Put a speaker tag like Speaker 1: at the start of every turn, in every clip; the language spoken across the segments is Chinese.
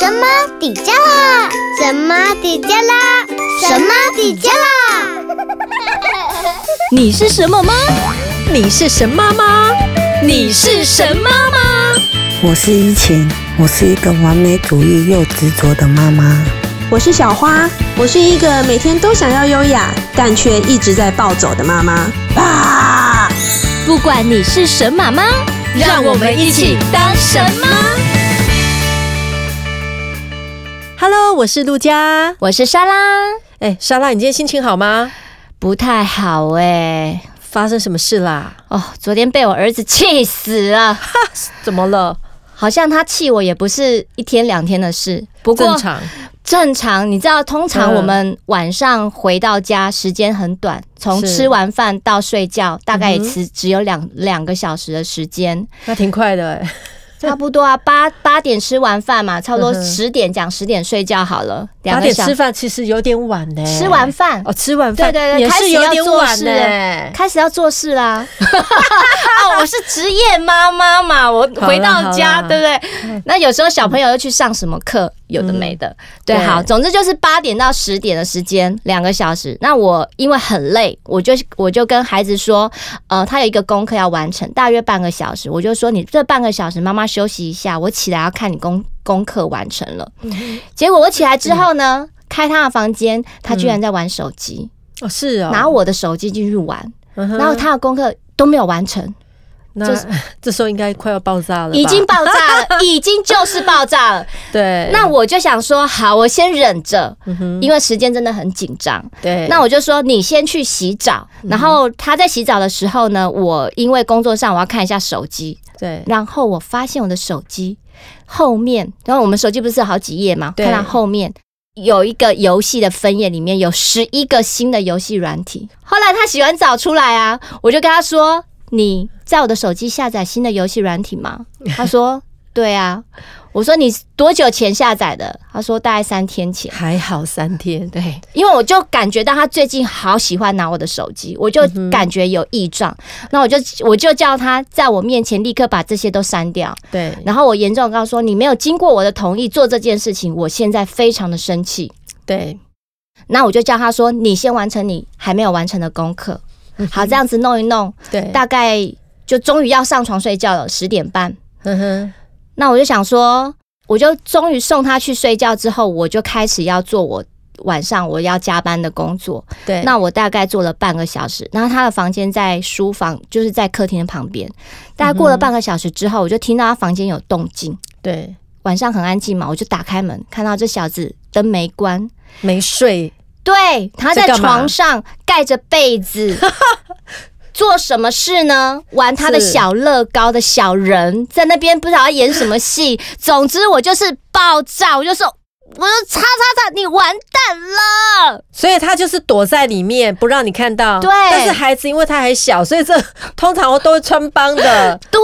Speaker 1: 神马底加拉，神马底加拉，神马底加 拉。
Speaker 2: 你是什么吗？你是神妈吗？你是神妈吗？
Speaker 3: 我是依琴，我是一个完美主义又执着的妈妈。
Speaker 4: 我是小花，我是一个每天都想要优雅，但却一直在暴走的妈妈。啊！
Speaker 2: 不管你是神妈妈，让我们一起当神妈。
Speaker 5: Hello，我是陆佳。
Speaker 2: 我是莎拉，
Speaker 5: 哎，莎拉，你今天心情好吗？
Speaker 2: 不太好哎、
Speaker 5: 发生什么事啦？
Speaker 2: 哦，昨天被我儿子气死了，
Speaker 5: 怎么了？
Speaker 2: 好像他气我也不是一天两天的事，不过
Speaker 5: 正常。
Speaker 2: 正常，你知道，通常
Speaker 5: 嗯
Speaker 2: 我们晚上回到家时间很短，从
Speaker 5: 是
Speaker 2: 吃完饭到睡觉，大概也只只有两两个小时的时间，
Speaker 5: 那挺快的、哎。
Speaker 2: 差不多啊，八八点吃完饭嘛，差不多
Speaker 5: 嗯哼
Speaker 2: 十点讲十点睡觉好了，两
Speaker 5: 八
Speaker 2: 个
Speaker 5: 点
Speaker 2: 小
Speaker 5: 吃饭其实有点晚呢、
Speaker 2: 吃完饭。
Speaker 5: 哦，吃完饭
Speaker 2: 对对对
Speaker 5: 也
Speaker 2: 开始
Speaker 5: 是有
Speaker 2: 要
Speaker 5: 点
Speaker 2: 做
Speaker 5: 晚
Speaker 2: 事
Speaker 5: 呢、
Speaker 2: 了开始要做事啦！ 哦，我是职业妈妈嘛，我
Speaker 5: 好啦
Speaker 2: 回到家，
Speaker 5: 好啦
Speaker 2: 对不对？那有时候小朋友又去上什么课，有的没的。嗯对，
Speaker 5: 对
Speaker 2: 好，总之就是八点到十点的时间，两个小时。那我因为很累，我就我就跟孩子说，呃，他有一个功课要完成，大约半个小时。我就说，你这半个小时，妈妈休息一下，我起来要看你功功课完成了。结果我起来之后呢，开他的房间，他居然在玩手机，
Speaker 5: 哦，是哦。
Speaker 2: 拿我的手机进去玩。
Speaker 5: 嗯哼，
Speaker 2: 然后他的功课都没有完成，
Speaker 5: 那、
Speaker 2: 就是
Speaker 5: 这时候应该快要爆炸了吧，
Speaker 2: 已经爆炸 了，已经就是爆炸了。
Speaker 5: 对。嗯
Speaker 2: 那我就想说，好，我先忍着，因为时间真的很紧张。
Speaker 5: 对，嗯
Speaker 2: 那我就说你先去洗澡，然后他在洗澡的时候呢，我因为工作上我要看一下手机，
Speaker 5: 对
Speaker 2: 然后我发现我的手机后面，然后我们手机不是有好几页嘛，
Speaker 5: 对
Speaker 2: 看到后面有一个游戏的分页，里面有十一个新的游戏软体。后来他洗完澡出来啊，我就跟他说：“你在我的手机下载新的游戏软体吗？”他说：“对啊。”我说：“你多久前下载的？”他说：“大概三天前。”
Speaker 5: 还好三天，对，
Speaker 2: 因为我就感觉到他最近好喜欢拿我的手机，我就感觉有异状，那、我就我就叫他在我面前立刻把这些都删掉。
Speaker 5: 对，
Speaker 2: 然后我严重地告诉说，你没有经过我的同意做这件事情，我现在非常的生气。
Speaker 5: 对，
Speaker 2: 那我就叫他说，你先完成你还没有完成的功课。好，这样子弄一弄，
Speaker 5: 对，
Speaker 2: 大概就终于要上床睡觉了，十点半。
Speaker 5: 嗯哼，
Speaker 2: 那我就想说，我就终于送他去睡觉之后，我就开始要做我晚上我要加班的工作。
Speaker 5: 对，
Speaker 2: 那我大概做了半个小时，然后他的房间在书房，就是在客厅的旁边。大概过了半个小时之后，我就听到他房间有动静。
Speaker 5: 对，
Speaker 2: 晚上很安静嘛，我就打开门，看到这小子灯没关，
Speaker 5: 没睡，
Speaker 2: 对，他在
Speaker 5: 在干嘛
Speaker 2: 床上盖着 被子，做什么事呢？玩他的
Speaker 5: 是
Speaker 2: 小乐高的小人，在那边不知道要演什么戏。总之，我就是爆炸，我就说，我就叉叉叉，你完蛋了。
Speaker 5: 所以他就是躲在里面不让你看到。
Speaker 2: 对
Speaker 5: 但是孩子因为他还小，所以这通常都会穿帮的。
Speaker 2: 对，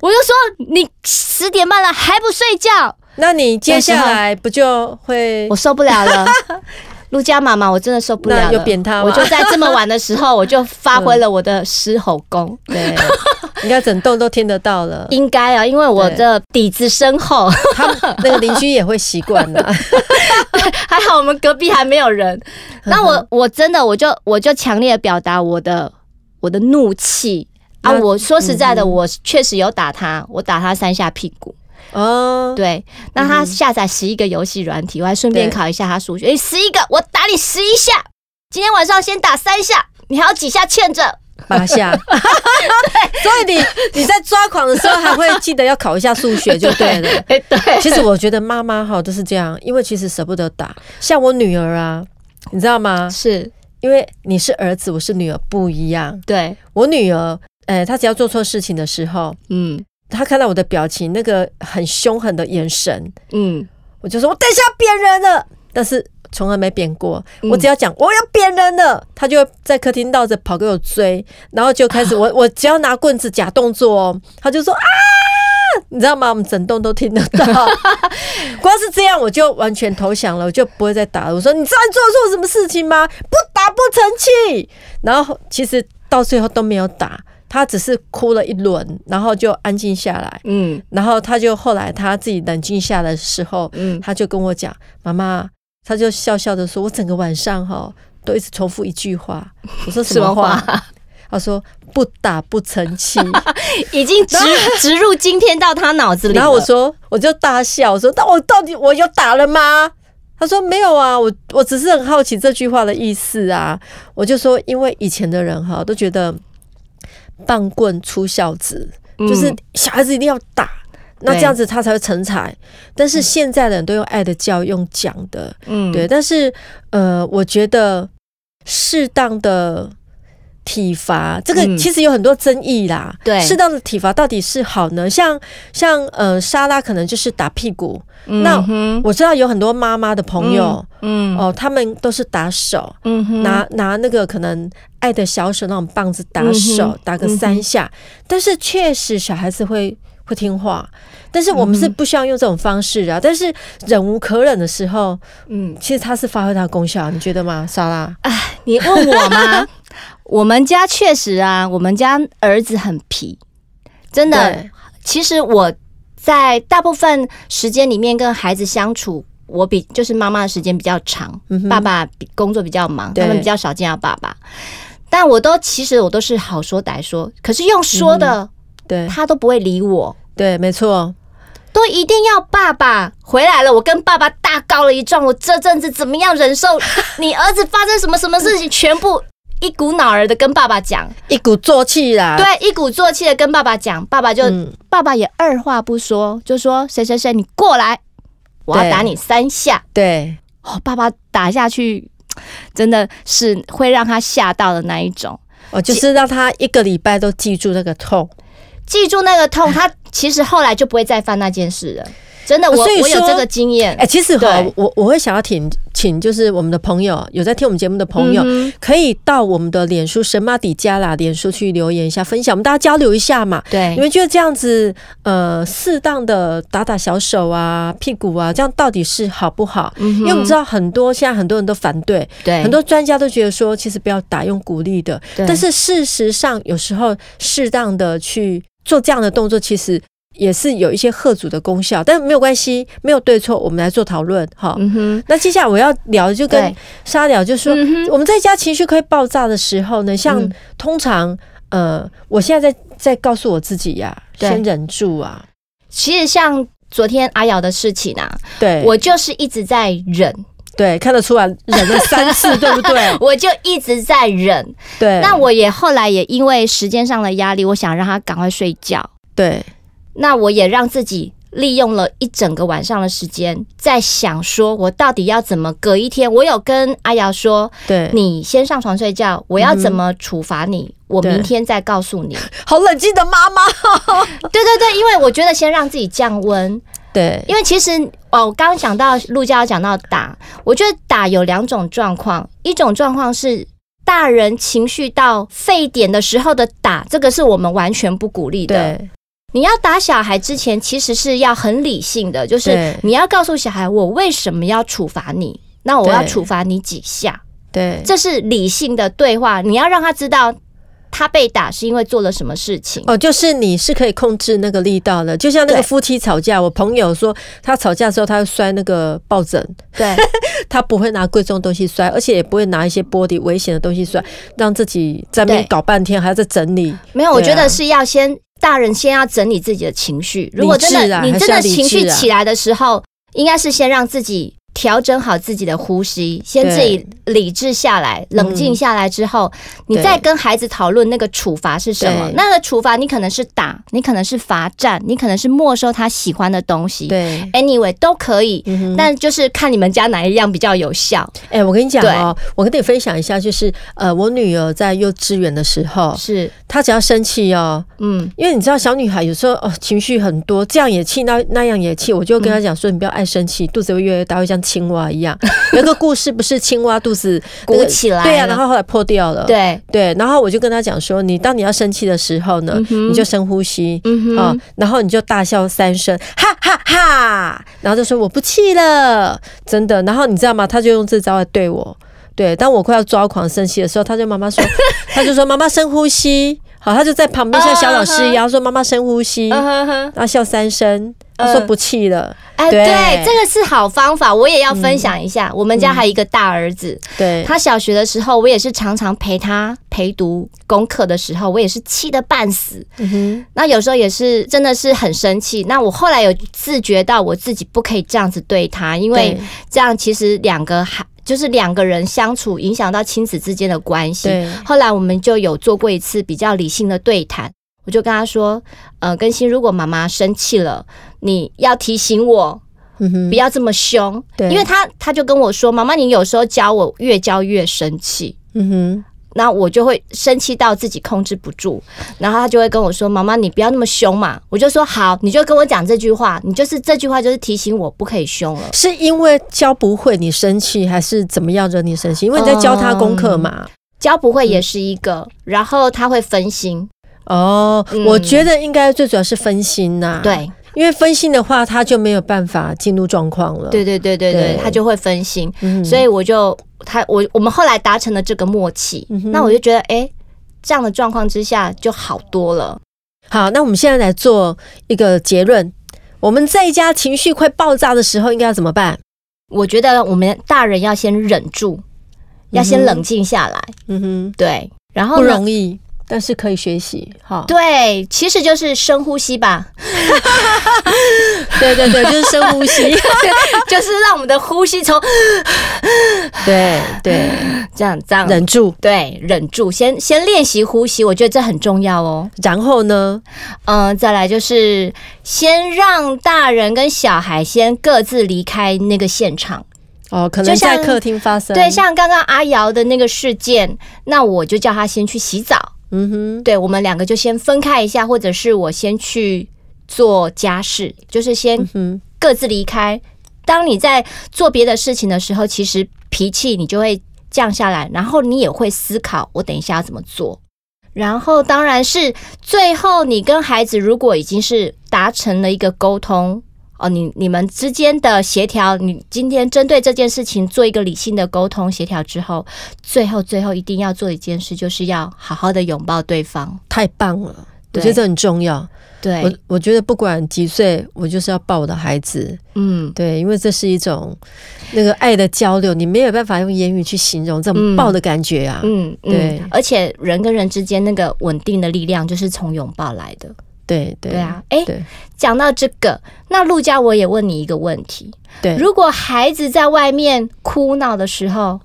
Speaker 2: 我就说你十点半了还不睡觉，
Speaker 5: 那你接下来不就会
Speaker 2: 我受不了了。陆家妈妈，我真的受不了了。
Speaker 5: 那有扁她吗嗯
Speaker 2: 我就在这么晚的时候，我就发挥了我的狮吼功。，
Speaker 5: 对， 应该整栋都听得到了
Speaker 2: 应该啊，因为我的底子深厚，
Speaker 5: 他们那个邻居也会习惯的。
Speaker 2: 还好我们隔壁还没有人。那我我真的我就我就强烈地表达我的我的怒气啊！
Speaker 5: 那
Speaker 2: 我说实在的，我确实有打他，我打他三下屁股。
Speaker 5: 哦，
Speaker 2: 对，那他下载十一个游戏软体，我还顺便
Speaker 5: 对
Speaker 2: 考一下他数学。诶，十一个，我打你十一下，今天晚上先打三下，你还有几下欠着？
Speaker 5: 八下。 所以你你在抓狂的时候，还会记得要考一下数学就对了。
Speaker 2: 诶， 对，
Speaker 5: 其实我觉得妈妈哈都是这样，因为其实舍不得打。像我女儿啊，你知道吗？
Speaker 2: 是，
Speaker 5: 因为你是儿子，我是女儿，不一样。
Speaker 2: 对，
Speaker 5: 我女儿，呃，她只要做错事情的时候，
Speaker 2: 嗯
Speaker 5: 她看到我的表情，那个很凶狠的眼神，
Speaker 2: 嗯，
Speaker 5: 我就说我等一下要扁人了，但是从来没扁过。我只要讲我要扁人了，她就会在客厅绕着跑给我追，然后就开始我 我只要拿棍子假动作哦，她就说啊。你知道吗？我们整栋都听得 到。光是这样，我就完全投降了，我就不会再打了。我说：“你知道你做错什么事情吗？不打不成器。”然后其实到最后都没有打，他他只是哭了一轮，然后就安静下来。
Speaker 2: 嗯
Speaker 5: 然后他就后来他自己冷静下来的时候，
Speaker 2: 嗯，
Speaker 5: 他就跟我讲：“妈妈，他就笑笑的说，我整个晚上哈都一直重复一句话。”我说：“什么话？”
Speaker 2: 什么
Speaker 5: 他说：“不打不成器。
Speaker 2: 已经植植入今天到他脑子”里了。
Speaker 5: 然后我说：“我就大笑，我说：‘那我到底我有打了吗？’”他说：“没有啊，我我只是很好奇这句话的意思啊。”我就说：“因为以前的人哈都觉得棒棍出孝子，
Speaker 2: 嗯
Speaker 5: 就是小孩子一定要打。”那
Speaker 2: 对
Speaker 5: 这样子他才会成才，但是现在的人都用爱的教育，用讲的，
Speaker 2: 嗯
Speaker 5: 对，但是呃，我觉得适当的体罚，这个
Speaker 2: 嗯
Speaker 5: 其实有很多争议啦。
Speaker 2: 对
Speaker 5: 适当的体罚到底是好呢？像像呃，莎拉可能就是打屁股，那
Speaker 2: 嗯哼
Speaker 5: 我知道有很多妈妈的朋友。
Speaker 2: 嗯
Speaker 5: 哦，他们都是打手，
Speaker 2: 嗯哼
Speaker 5: 拿拿那个可能爱的小手那种棒子打
Speaker 2: 嗯哼嗯
Speaker 5: 手，打个三下。但是确实小孩子会会听话，但是我们
Speaker 2: 嗯
Speaker 5: 是不需要用这种方式啊。但是忍无可忍的时候，
Speaker 2: 嗯，
Speaker 5: 其实它是发挥它的功效，你觉得吗，莎拉？
Speaker 2: 你问 我吗？我们家确实啊，我们家儿子很皮，真的
Speaker 5: 对，
Speaker 2: 其实我在大部分时间里面跟孩子相处，我比就是妈妈的时间比较长，
Speaker 5: 嗯哼
Speaker 2: 爸爸比工作比较忙，
Speaker 5: 对
Speaker 2: 他们比较少见到爸爸。但我都其实我都是好说歹说，可是用说的、
Speaker 5: 嗯对
Speaker 2: 他都不会理我，
Speaker 5: 对，没错，
Speaker 2: 都一定要爸爸回来了，我跟爸爸大告了一状，我这阵子怎么样忍受你儿子发生什么什么事情，全部一股脑儿的跟爸爸 讲，
Speaker 5: 一鼓作气啦。
Speaker 2: 对，一鼓作气的跟爸爸讲，爸爸就、
Speaker 5: 嗯
Speaker 2: 爸爸也二话不说，就说谁谁谁你过来，我要
Speaker 5: 对
Speaker 2: 打你三下。
Speaker 5: 对
Speaker 2: 哦，爸爸打下去，真的是会让他吓到的那一种。
Speaker 5: 哦，就是让他一个礼拜都记住那个痛。
Speaker 2: 记住那个痛，他其实后来就不会再犯那件事了。真的，我
Speaker 5: 所以
Speaker 2: 我有
Speaker 5: 说
Speaker 2: 这个经验。
Speaker 5: 哎、其实哈
Speaker 2: 对，
Speaker 5: 我我会想要请请，就是我们的朋友有在听我们节目的朋友，
Speaker 2: 嗯
Speaker 5: 可以到我们的脸书神马底加啦，脸书去留言一下，分享，我们大家交流一下嘛。你
Speaker 2: 对，
Speaker 5: 们觉得这样子，呃，适当的打打小手啊、屁股啊，这样到底是好不好？因为我们知道很多现在很多人都反对，
Speaker 2: 嗯对
Speaker 5: 很多专家都觉得说，其实不要打，用鼓励的。
Speaker 2: 对
Speaker 5: 但是事实上，有时候适当的去做这样的动作，其实也是有一些贺阻的功效。但没有关系，没有对错，我们来做讨论哈。
Speaker 2: 嗯哼，
Speaker 5: 那接下来我要聊，就跟
Speaker 2: 对
Speaker 5: 沙聊，就说、
Speaker 2: 嗯哼
Speaker 5: 我们在家情绪快爆炸的时候呢，像
Speaker 2: 嗯
Speaker 5: 通常、呃，我现在在在告诉我自己呀、
Speaker 2: 对
Speaker 5: 先忍住啊，
Speaker 2: 其实像昨天阿瑶的事情啊，
Speaker 5: 对，
Speaker 2: 我就是一直在忍，
Speaker 5: 对看得出来忍了三次，对不对？
Speaker 2: 我就一直在忍。
Speaker 5: 对，
Speaker 2: 那我也后来也因为时间上的压力，我想让他赶快睡觉。
Speaker 5: 对
Speaker 2: 那我也让自己利用了一整个晚上的时间，在想说我到底要怎么隔一天。我有跟阿瑶说，
Speaker 5: 对，嗯
Speaker 2: 你先上床睡觉，我要怎么处罚你，我
Speaker 5: 对
Speaker 2: 明天再告诉你。
Speaker 5: 好冷静的妈妈，
Speaker 2: 对对对，因为我觉得先让自己降温，
Speaker 5: 对，
Speaker 2: 因为其实哦，我刚刚讲到陆家有讲到打，我觉得打有两种状况，一种状况是。大人情绪到沸点的时候的打，这个是我们完全不鼓励的。
Speaker 5: 对
Speaker 2: 你要打小孩之前，其实是要很理性的，就是
Speaker 5: 对
Speaker 2: 你要告诉小孩我为什么要处罚你，那我要
Speaker 5: 对
Speaker 2: 处罚你几下，
Speaker 5: 对，
Speaker 2: 这是理性的对话。你要让他知道他被打是因为做了什么事情。
Speaker 5: 哦，就是你是可以控制那个力道的，就像那个
Speaker 2: 对
Speaker 5: 夫妻吵架，我朋友说他吵架的时候，他会摔那个抱枕，
Speaker 2: 对
Speaker 5: 他不会拿贵重东西摔，而且也不会拿一些玻璃危险的东西摔，让自己在那边
Speaker 2: 对
Speaker 5: 搞半天，还要再整理。
Speaker 2: 没有，我
Speaker 5: 对啊
Speaker 2: 觉得是要先大人先要整理自己的情绪。如果真
Speaker 5: 理智
Speaker 2: 的
Speaker 5: 啊
Speaker 2: 你
Speaker 5: 还是
Speaker 2: 真
Speaker 5: 要
Speaker 2: 的
Speaker 5: 理
Speaker 2: 情绪
Speaker 5: 智啊
Speaker 2: 起来的时候，应该是先让自己调整好自己的呼吸，先
Speaker 5: 对
Speaker 2: 自己理智下来、冷静下来之后，你
Speaker 5: 嗯对
Speaker 2: 再跟孩子讨论那个处罚是什么
Speaker 5: 对。
Speaker 2: 那个处罚你可能是打，你可能是罚站，你可能是没收他喜欢的东西。
Speaker 5: 对，
Speaker 2: ，anyway 都可以。
Speaker 5: 嗯哼
Speaker 2: 但就是看你们家哪一样比较有效，
Speaker 5: 哎、我跟你讲哦，我跟你分享一下，就是呃，我女儿在幼稚园的时候，
Speaker 2: 是，
Speaker 5: 她只要生气哦，
Speaker 2: 嗯，
Speaker 5: 因为你知道小女孩有时候哦情绪很多，这样也气，那那样也气，我就跟她讲说，你不要爱生气，肚子会越来越大，会像青蛙一 样。有一个故事不是青蛙肚子那个
Speaker 2: 鼓起来
Speaker 5: 对啊，
Speaker 2: 了
Speaker 5: 然后后来破掉了，
Speaker 2: 对，
Speaker 5: 对，然后我就跟她讲说，你当你要生气的时候呢，你就深呼吸，
Speaker 2: 嗯哼
Speaker 5: 啊、然后你就大笑三声，哈哈哈然后就说我不气了，真的。然后你知道吗？他就用这招来对 我。对，当我快要抓狂生气的时候，他就妈妈说，他就说妈妈深呼吸，好，他就在旁边像小老师一样说：“妈妈深呼吸。”
Speaker 2: 嗯哼嗯哼，
Speaker 5: 然后笑三声，他说不气了。
Speaker 2: 哎，
Speaker 5: 对嗯
Speaker 2: 对，这个是好方法，我也要分享一下。我们家还有一个大儿子，
Speaker 5: 对，
Speaker 2: 他小学的时候，我也是常常陪他陪读功课的时候，我也是气得半死。
Speaker 5: 嗯哼，
Speaker 2: 那有时候也是真的是很生气。那我后来有自觉到我自己不可以这样子对他，因为
Speaker 5: 对
Speaker 2: 这样其实两个孩就是两个人相处，影响到亲子之间的关系。
Speaker 5: 对
Speaker 2: 后来我们就有做过一次比较理性的对谈，我就跟他说：“呃，更新，如果妈妈生气了，你要提醒我，
Speaker 5: 嗯哼，
Speaker 2: 不要这么凶。
Speaker 5: 嗯对
Speaker 2: 因为他他就跟我说：“妈妈，你有时候教我越教越生气。”
Speaker 5: 嗯哼，
Speaker 2: 那我就会生气到自己控制不住，然后他就会跟我说：“妈妈，你不要那么凶嘛。”我就说：“好，你就跟我讲这句话，你就是这句话就是提醒我不可以凶了。”
Speaker 5: 是因为教不会你生气，还是怎么样惹你生气？因为你在教他功课嘛。
Speaker 2: 教不会也是一个，然后他会分心，
Speaker 5: 哦，
Speaker 2: 嗯
Speaker 5: 我觉得应该最主要是分心呐、，
Speaker 2: 对，
Speaker 5: 因为分心的话，他就没有办法进入状况了。
Speaker 2: 对对对对对
Speaker 5: 对，
Speaker 2: 他就会分心，
Speaker 5: 嗯，
Speaker 2: 所以我就他我我们后来达成了这个默契，
Speaker 5: 嗯哼
Speaker 2: 那我就觉得诶，这样的状况之下就好多了，
Speaker 5: 好，那我们现在来做一个结论：我们在家情绪快爆炸的时候，应该要怎么办？
Speaker 2: 我觉得我们大人要先忍住，要先
Speaker 5: 嗯哼
Speaker 2: 冷静下来，
Speaker 5: 嗯哼，
Speaker 2: 对，然后
Speaker 5: 不
Speaker 2: 呢？
Speaker 5: 容易，但是可以学习。哈，
Speaker 2: 对，其实就是深呼吸吧，
Speaker 5: 对 对对，就是深呼吸。
Speaker 2: 就是让我们的呼吸从
Speaker 5: 对 对，
Speaker 2: 这样这样
Speaker 5: 忍住。
Speaker 2: 对忍住，先先练习呼吸，我觉得这很重要哦。
Speaker 5: 然后呢？
Speaker 2: 嗯，再来就是先让大人跟小孩先各自离开那个现场。
Speaker 5: 哦，可能
Speaker 2: 就像
Speaker 5: 在客厅发生。
Speaker 2: 对，像刚刚阿瑶的那个事件，那我就叫他先去洗澡。
Speaker 5: 嗯哼，
Speaker 2: 对，我们两个就先分开一下，或者是我先去做家事，就是先
Speaker 5: 嗯
Speaker 2: 各自离开。当你在做别的事情的时候，其实脾气你就会降下来，然后你也会思考我等一下要怎么做。然后当然是最后你跟孩子如果已经是达成了一个沟通哦，你你们之间的协调，你今天针对这件事情做一个理性的沟通协调之后，最后最后一定要做一件事，就是要好好的拥抱对方。
Speaker 5: 太棒了，我
Speaker 2: 对
Speaker 5: 觉得这很重要。我
Speaker 2: 对，
Speaker 5: 我觉得不管几岁，我就是要抱我的孩子，
Speaker 2: 嗯，
Speaker 5: 对，因为这是一种那个爱的交流，你没有办法用言语去形容这种
Speaker 2: 嗯
Speaker 5: 抱的感觉啊。
Speaker 2: 嗯，嗯
Speaker 5: 对
Speaker 2: 而且人跟人之间那个稳定的力量，就是从拥抱来的。
Speaker 5: 对对
Speaker 2: 对啊，哎、
Speaker 5: 对
Speaker 2: 讲到这个，那陆家我也问你一个问题：
Speaker 5: 对，
Speaker 2: 如果孩子在外面哭闹的时候，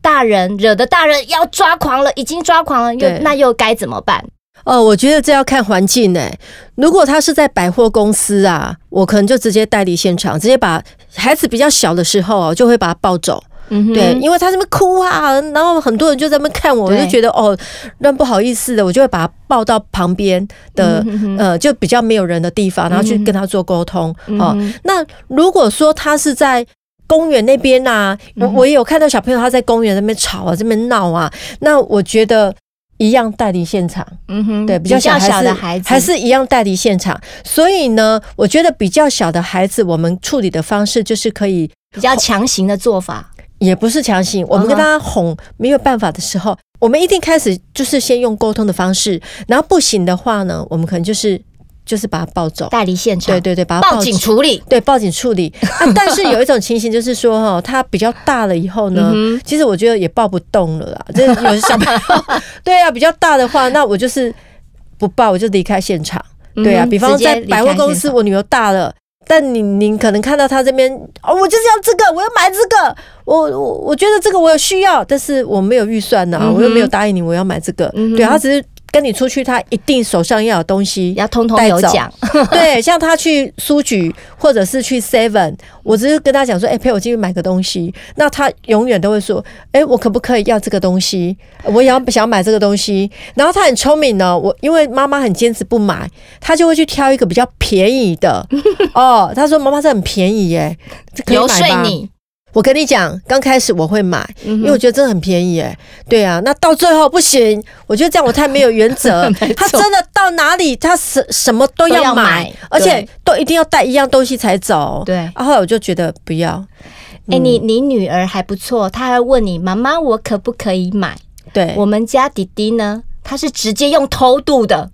Speaker 2: 大人惹得大人要抓狂了，已经抓狂了，又
Speaker 5: 对
Speaker 2: 那又该怎么办？
Speaker 5: 哦，我觉得这要看环境哎、如果他是在百货公司啊，我可能就直接带离现场，直接把孩子比较小的时候啊，我就会把他抱走。
Speaker 2: 嗯哼
Speaker 5: 对，因为他在那边哭啊，然后很多人就在那边看我，我
Speaker 2: 对
Speaker 5: 就觉得哦，那不好意思的，我就会把他抱到旁边的、
Speaker 2: 嗯哼哼
Speaker 5: 呃，就比较没有人的地方，然后去跟他做沟通、哦。
Speaker 2: 嗯哼
Speaker 5: 那如果说他是在公园那边呐、我
Speaker 2: 嗯
Speaker 5: 我也有看到小朋友他在公园那边吵啊，这边闹啊，那我觉得一样带离现场。
Speaker 2: 嗯哼
Speaker 5: 对，比较小还是
Speaker 2: 的孩子
Speaker 5: 还是一样带离现场。所以呢，我觉得比较小的孩子，我们处理的方式就是可以，
Speaker 2: 比较强行的做法。
Speaker 5: 也不是强行，我们
Speaker 2: 嗯哼
Speaker 5: 跟他哄没有办法的时候，我们一定开始就是先用沟通的方式，然后不行的话呢，我们可能就是就是把他抱走，
Speaker 2: 带离现场，
Speaker 5: 哦对对对，把他
Speaker 2: 报警
Speaker 5: 走
Speaker 2: 处理。
Speaker 5: 对，报警处理啊。但是有一种情形就是说，哈，他比较大了以后呢，
Speaker 2: 嗯
Speaker 5: 其实我觉得也抱不动了啦。这有小朋友， 对啊，比较大的话，那我就是不抱，我就离开现场。对啊，
Speaker 2: 嗯
Speaker 5: 比方
Speaker 2: 直接
Speaker 5: 在
Speaker 2: 离
Speaker 5: 百
Speaker 2: 开
Speaker 5: 货公
Speaker 2: 现
Speaker 5: 司，
Speaker 2: 场
Speaker 5: 我女儿大了。但你你可能看到她这边哦，我就是要这个，我要买这个，我我我觉得这个我有需要，但是我没有预算呐、
Speaker 2: 嗯哼
Speaker 5: 我又没有答应你我要买这个，
Speaker 2: 嗯哼
Speaker 5: 对，她只是跟你出去，她一定手上要有东西，
Speaker 2: 要通通
Speaker 5: 带
Speaker 2: 有
Speaker 5: 走
Speaker 2: 奖，
Speaker 5: 对，像他去书局或者是去 Seven，我只是跟他讲说，哎、陪我进去买个东西。那他永远都会说，哎、我可不可以要这个东西？我也要想买这个东西。然后他很聪明呢，我因为妈妈很坚持不买，他就会去挑一个比较便宜的。 哦，他说妈妈这很便宜耶、这可以
Speaker 2: 游
Speaker 5: 买
Speaker 2: 说
Speaker 5: 吧？
Speaker 2: 你，
Speaker 5: 我跟你讲，刚开始我会买，因
Speaker 2: 因
Speaker 5: 为我觉得真的很便宜哎、对啊，那到最后不行，我觉得这样我太没有原则
Speaker 2: 没错。
Speaker 5: 他真的到哪里，他什什么都
Speaker 2: 都
Speaker 5: 要
Speaker 2: 要
Speaker 5: 买，
Speaker 2: 买
Speaker 5: 而且
Speaker 2: 对
Speaker 5: 都一定要带一样东西才走。
Speaker 2: 对
Speaker 5: 啊，后来我就觉得不要，
Speaker 2: 哎、你
Speaker 5: 嗯
Speaker 2: 你女儿还不错，她还问你妈妈，我可不可以买？
Speaker 5: 对，
Speaker 2: 我们家弟弟呢？它是直接用偷渡的。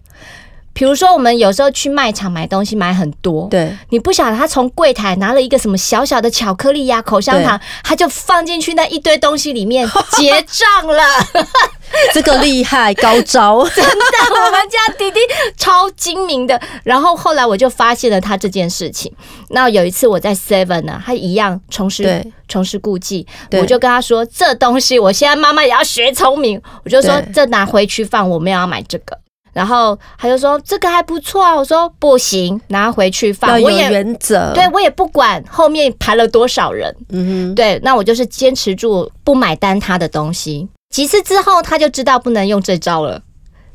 Speaker 2: 比如说，我们有时候去卖场买东西，买很多，
Speaker 5: 对，
Speaker 2: 你不晓得他从柜台拿了一个什么小小的巧克力呀、口香糖，他就放进去那一堆东西里 面结账了。
Speaker 5: 这个厉害高 招，
Speaker 2: 真的，我们家弟弟超精明的。然后后来我就发现了他这件事情。那有一次我在 Seven 呢，他一样重施
Speaker 5: 对
Speaker 2: 重施故技，
Speaker 5: 对
Speaker 2: 我就跟他说：“这东西我现在妈妈也要学聪明。”我就说
Speaker 5: 对：“
Speaker 2: 这拿回去放，我没有要买这个。”然后他就说：“这个还不错啊。”我说：“不行，拿回去
Speaker 5: 要
Speaker 2: 放，
Speaker 5: 有
Speaker 2: 我也
Speaker 5: 原则，
Speaker 2: 对，我也不管后面排了多少人，
Speaker 5: 嗯哼，
Speaker 2: 对，那我就是坚持住不买单他的东西。几次之后，他就知道不能用这招了。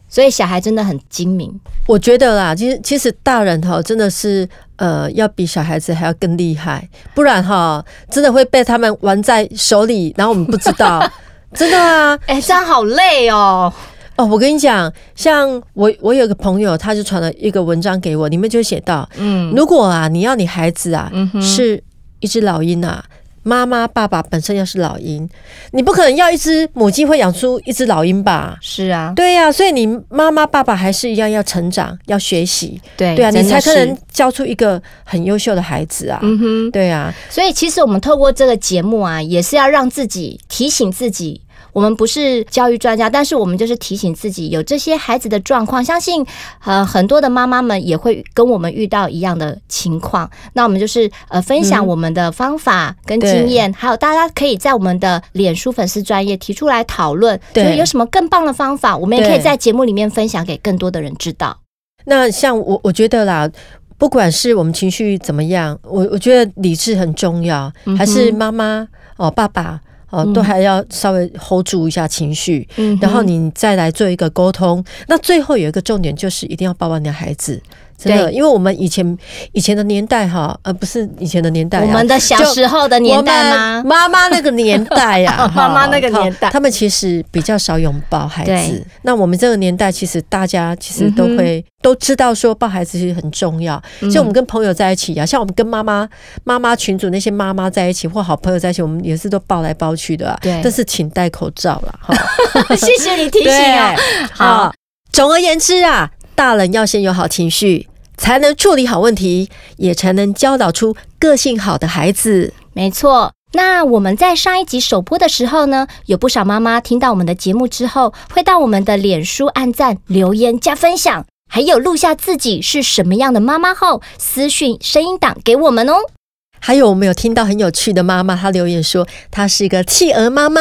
Speaker 2: 所以小孩真的很精明，
Speaker 5: 我觉得啦，其实其实大人哈真的是呃要比小孩子还要更厉害，不然哈真的会被他们玩在手里，然后我们不知道， 真的啊，
Speaker 2: 哎、这样好累哦。
Speaker 5: 哦，我跟你讲，像我我有个朋友，他就传了一个文章给我，里面就写到，
Speaker 2: 嗯，
Speaker 5: 如果啊你要你孩子啊、
Speaker 2: 嗯哼
Speaker 5: 是一只老鹰啊，妈妈爸爸本身要是老鹰，你不可能要一只母鸡会养出一只老鹰吧？
Speaker 2: 是啊，
Speaker 5: 对呀、所以你妈妈爸爸还是一样要成长，要学习，
Speaker 2: 对
Speaker 5: 对啊，你
Speaker 2: 哎真
Speaker 5: 才
Speaker 2: 的
Speaker 5: 可能
Speaker 2: 是
Speaker 5: 教出一个很优秀的孩子啊。
Speaker 2: 嗯哼。
Speaker 5: 对啊，
Speaker 2: 所以其实我们透过这个节目啊，也是要让自己提醒自己。我们不是教育专家，但是我们就是提醒自己有这些孩子的状况，相信呃很多的妈妈们也会跟我们遇到一样的情况。那我们就是呃分
Speaker 5: 嗯
Speaker 2: 享我们的方法跟经验，还有大家可以在我们的脸书粉丝专业提出来讨论，就
Speaker 5: 对
Speaker 2: 是有什么更棒的方法，我们也可以
Speaker 5: 对
Speaker 2: 在节目里面分享给更多的人知道。
Speaker 5: 那像我，我觉得啦，不管是我们情绪怎么样，我我觉得理智很重要，
Speaker 2: 嗯
Speaker 5: 还是妈妈哦、爸爸哦，都还要稍微 hold 住一下情绪，
Speaker 2: 嗯哼
Speaker 5: 然后你再来做一个沟通。那最后有一个重点就是一定要抱抱你的孩子。真的，
Speaker 2: 对
Speaker 5: 因为我们以前以前的年代哈，呃，不是以前的年代、啊，
Speaker 2: 我们的小
Speaker 5: 就
Speaker 2: 时候的年代吗
Speaker 5: 我们妈妈那个年代呀、
Speaker 2: 哦妈妈那个
Speaker 5: 哈
Speaker 2: 年代
Speaker 5: 他们其实比较少拥抱孩
Speaker 2: 对嗯
Speaker 5: 子。那我们这个年代，其实大家其实都会、都知道说抱孩子其实很重要。所以我们跟朋友在一起呀、啊像我们跟妈妈妈妈群组那些妈妈在一起或好朋友在一起，我们也是都抱来抱去的、啊。
Speaker 2: 对
Speaker 5: 但是请戴口罩啦。 哈。
Speaker 2: 谢谢你提醒哦。
Speaker 5: 对
Speaker 2: 好
Speaker 5: 好，总而言之啊，大人要先有好情绪，才能处理好问题，也才能教导出个性好的孩子。
Speaker 2: 没错。那我们在上一集首播的时候呢，有不少妈妈听到我们的节目之后，会到我们的脸书按赞、留言加分享，还有录下自己是什么样的妈妈后，私讯声音档给我们哦。
Speaker 5: 还有我们有听到很有趣的妈妈，她留言说她是一个企鹅妈妈，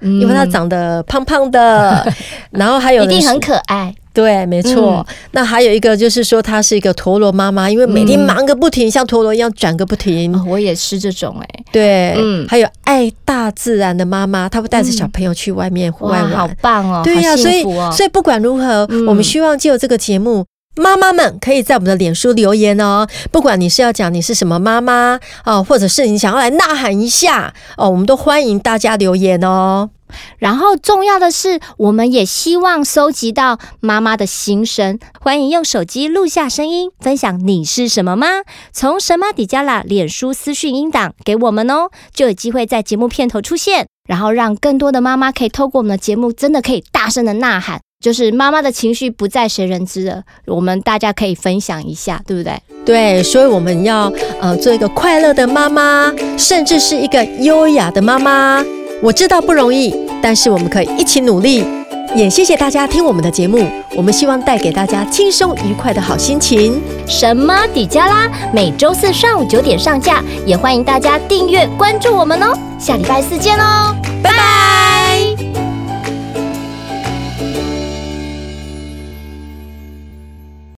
Speaker 2: 嗯
Speaker 5: 因为她长得胖胖 的，然后还有
Speaker 2: 一
Speaker 5: 人
Speaker 2: 定很嗯
Speaker 5: 是
Speaker 2: 可爱，
Speaker 5: 对，没错。那还有一个就是说她是一个陀螺妈妈，因为每天
Speaker 2: 嗯
Speaker 5: 忙个不停，像陀螺一样转个不停。
Speaker 2: 哦、我也是这种哎、
Speaker 5: 对，
Speaker 2: 嗯
Speaker 5: 还有爱大自然的妈妈，她会带着小朋友去外面户外
Speaker 2: 哇，
Speaker 5: 玩。
Speaker 2: 好棒哦，
Speaker 5: 对呀、
Speaker 2: 好
Speaker 5: 所以
Speaker 2: 幸福哦，
Speaker 5: 所以不管如何，
Speaker 2: 嗯
Speaker 5: 我们希望借由这个节目。妈妈们可以在我们的脸书留言哦，不管你是要讲你是什么妈妈哦，或者是你想要来呐喊一下哦，我们都欢迎大家留言哦。
Speaker 2: 然后重要的是，我们也希望收集到妈妈的心声，欢迎用手机录下声音，分享你是什么妈，从神马底加拉脸书私讯音档给我们哦，就有机会在节目片头出现，然后让更多的妈妈可以透过我们的节目，真的可以大声的呐喊。就是妈妈的情绪不在谁人知了，我们大家可以分享一下，对不对？
Speaker 5: 对，所以我们要呃做一个快乐的妈妈，甚至是一个优雅的妈妈。我知道不容易，但是我们可以一起努力。也谢谢大家听我们的节目，我们希望带给大家轻松愉快的好心情。
Speaker 2: 神马底加拉每周四上午九点上架，也欢迎大家订阅关注我们哦。下礼拜四见哦，拜拜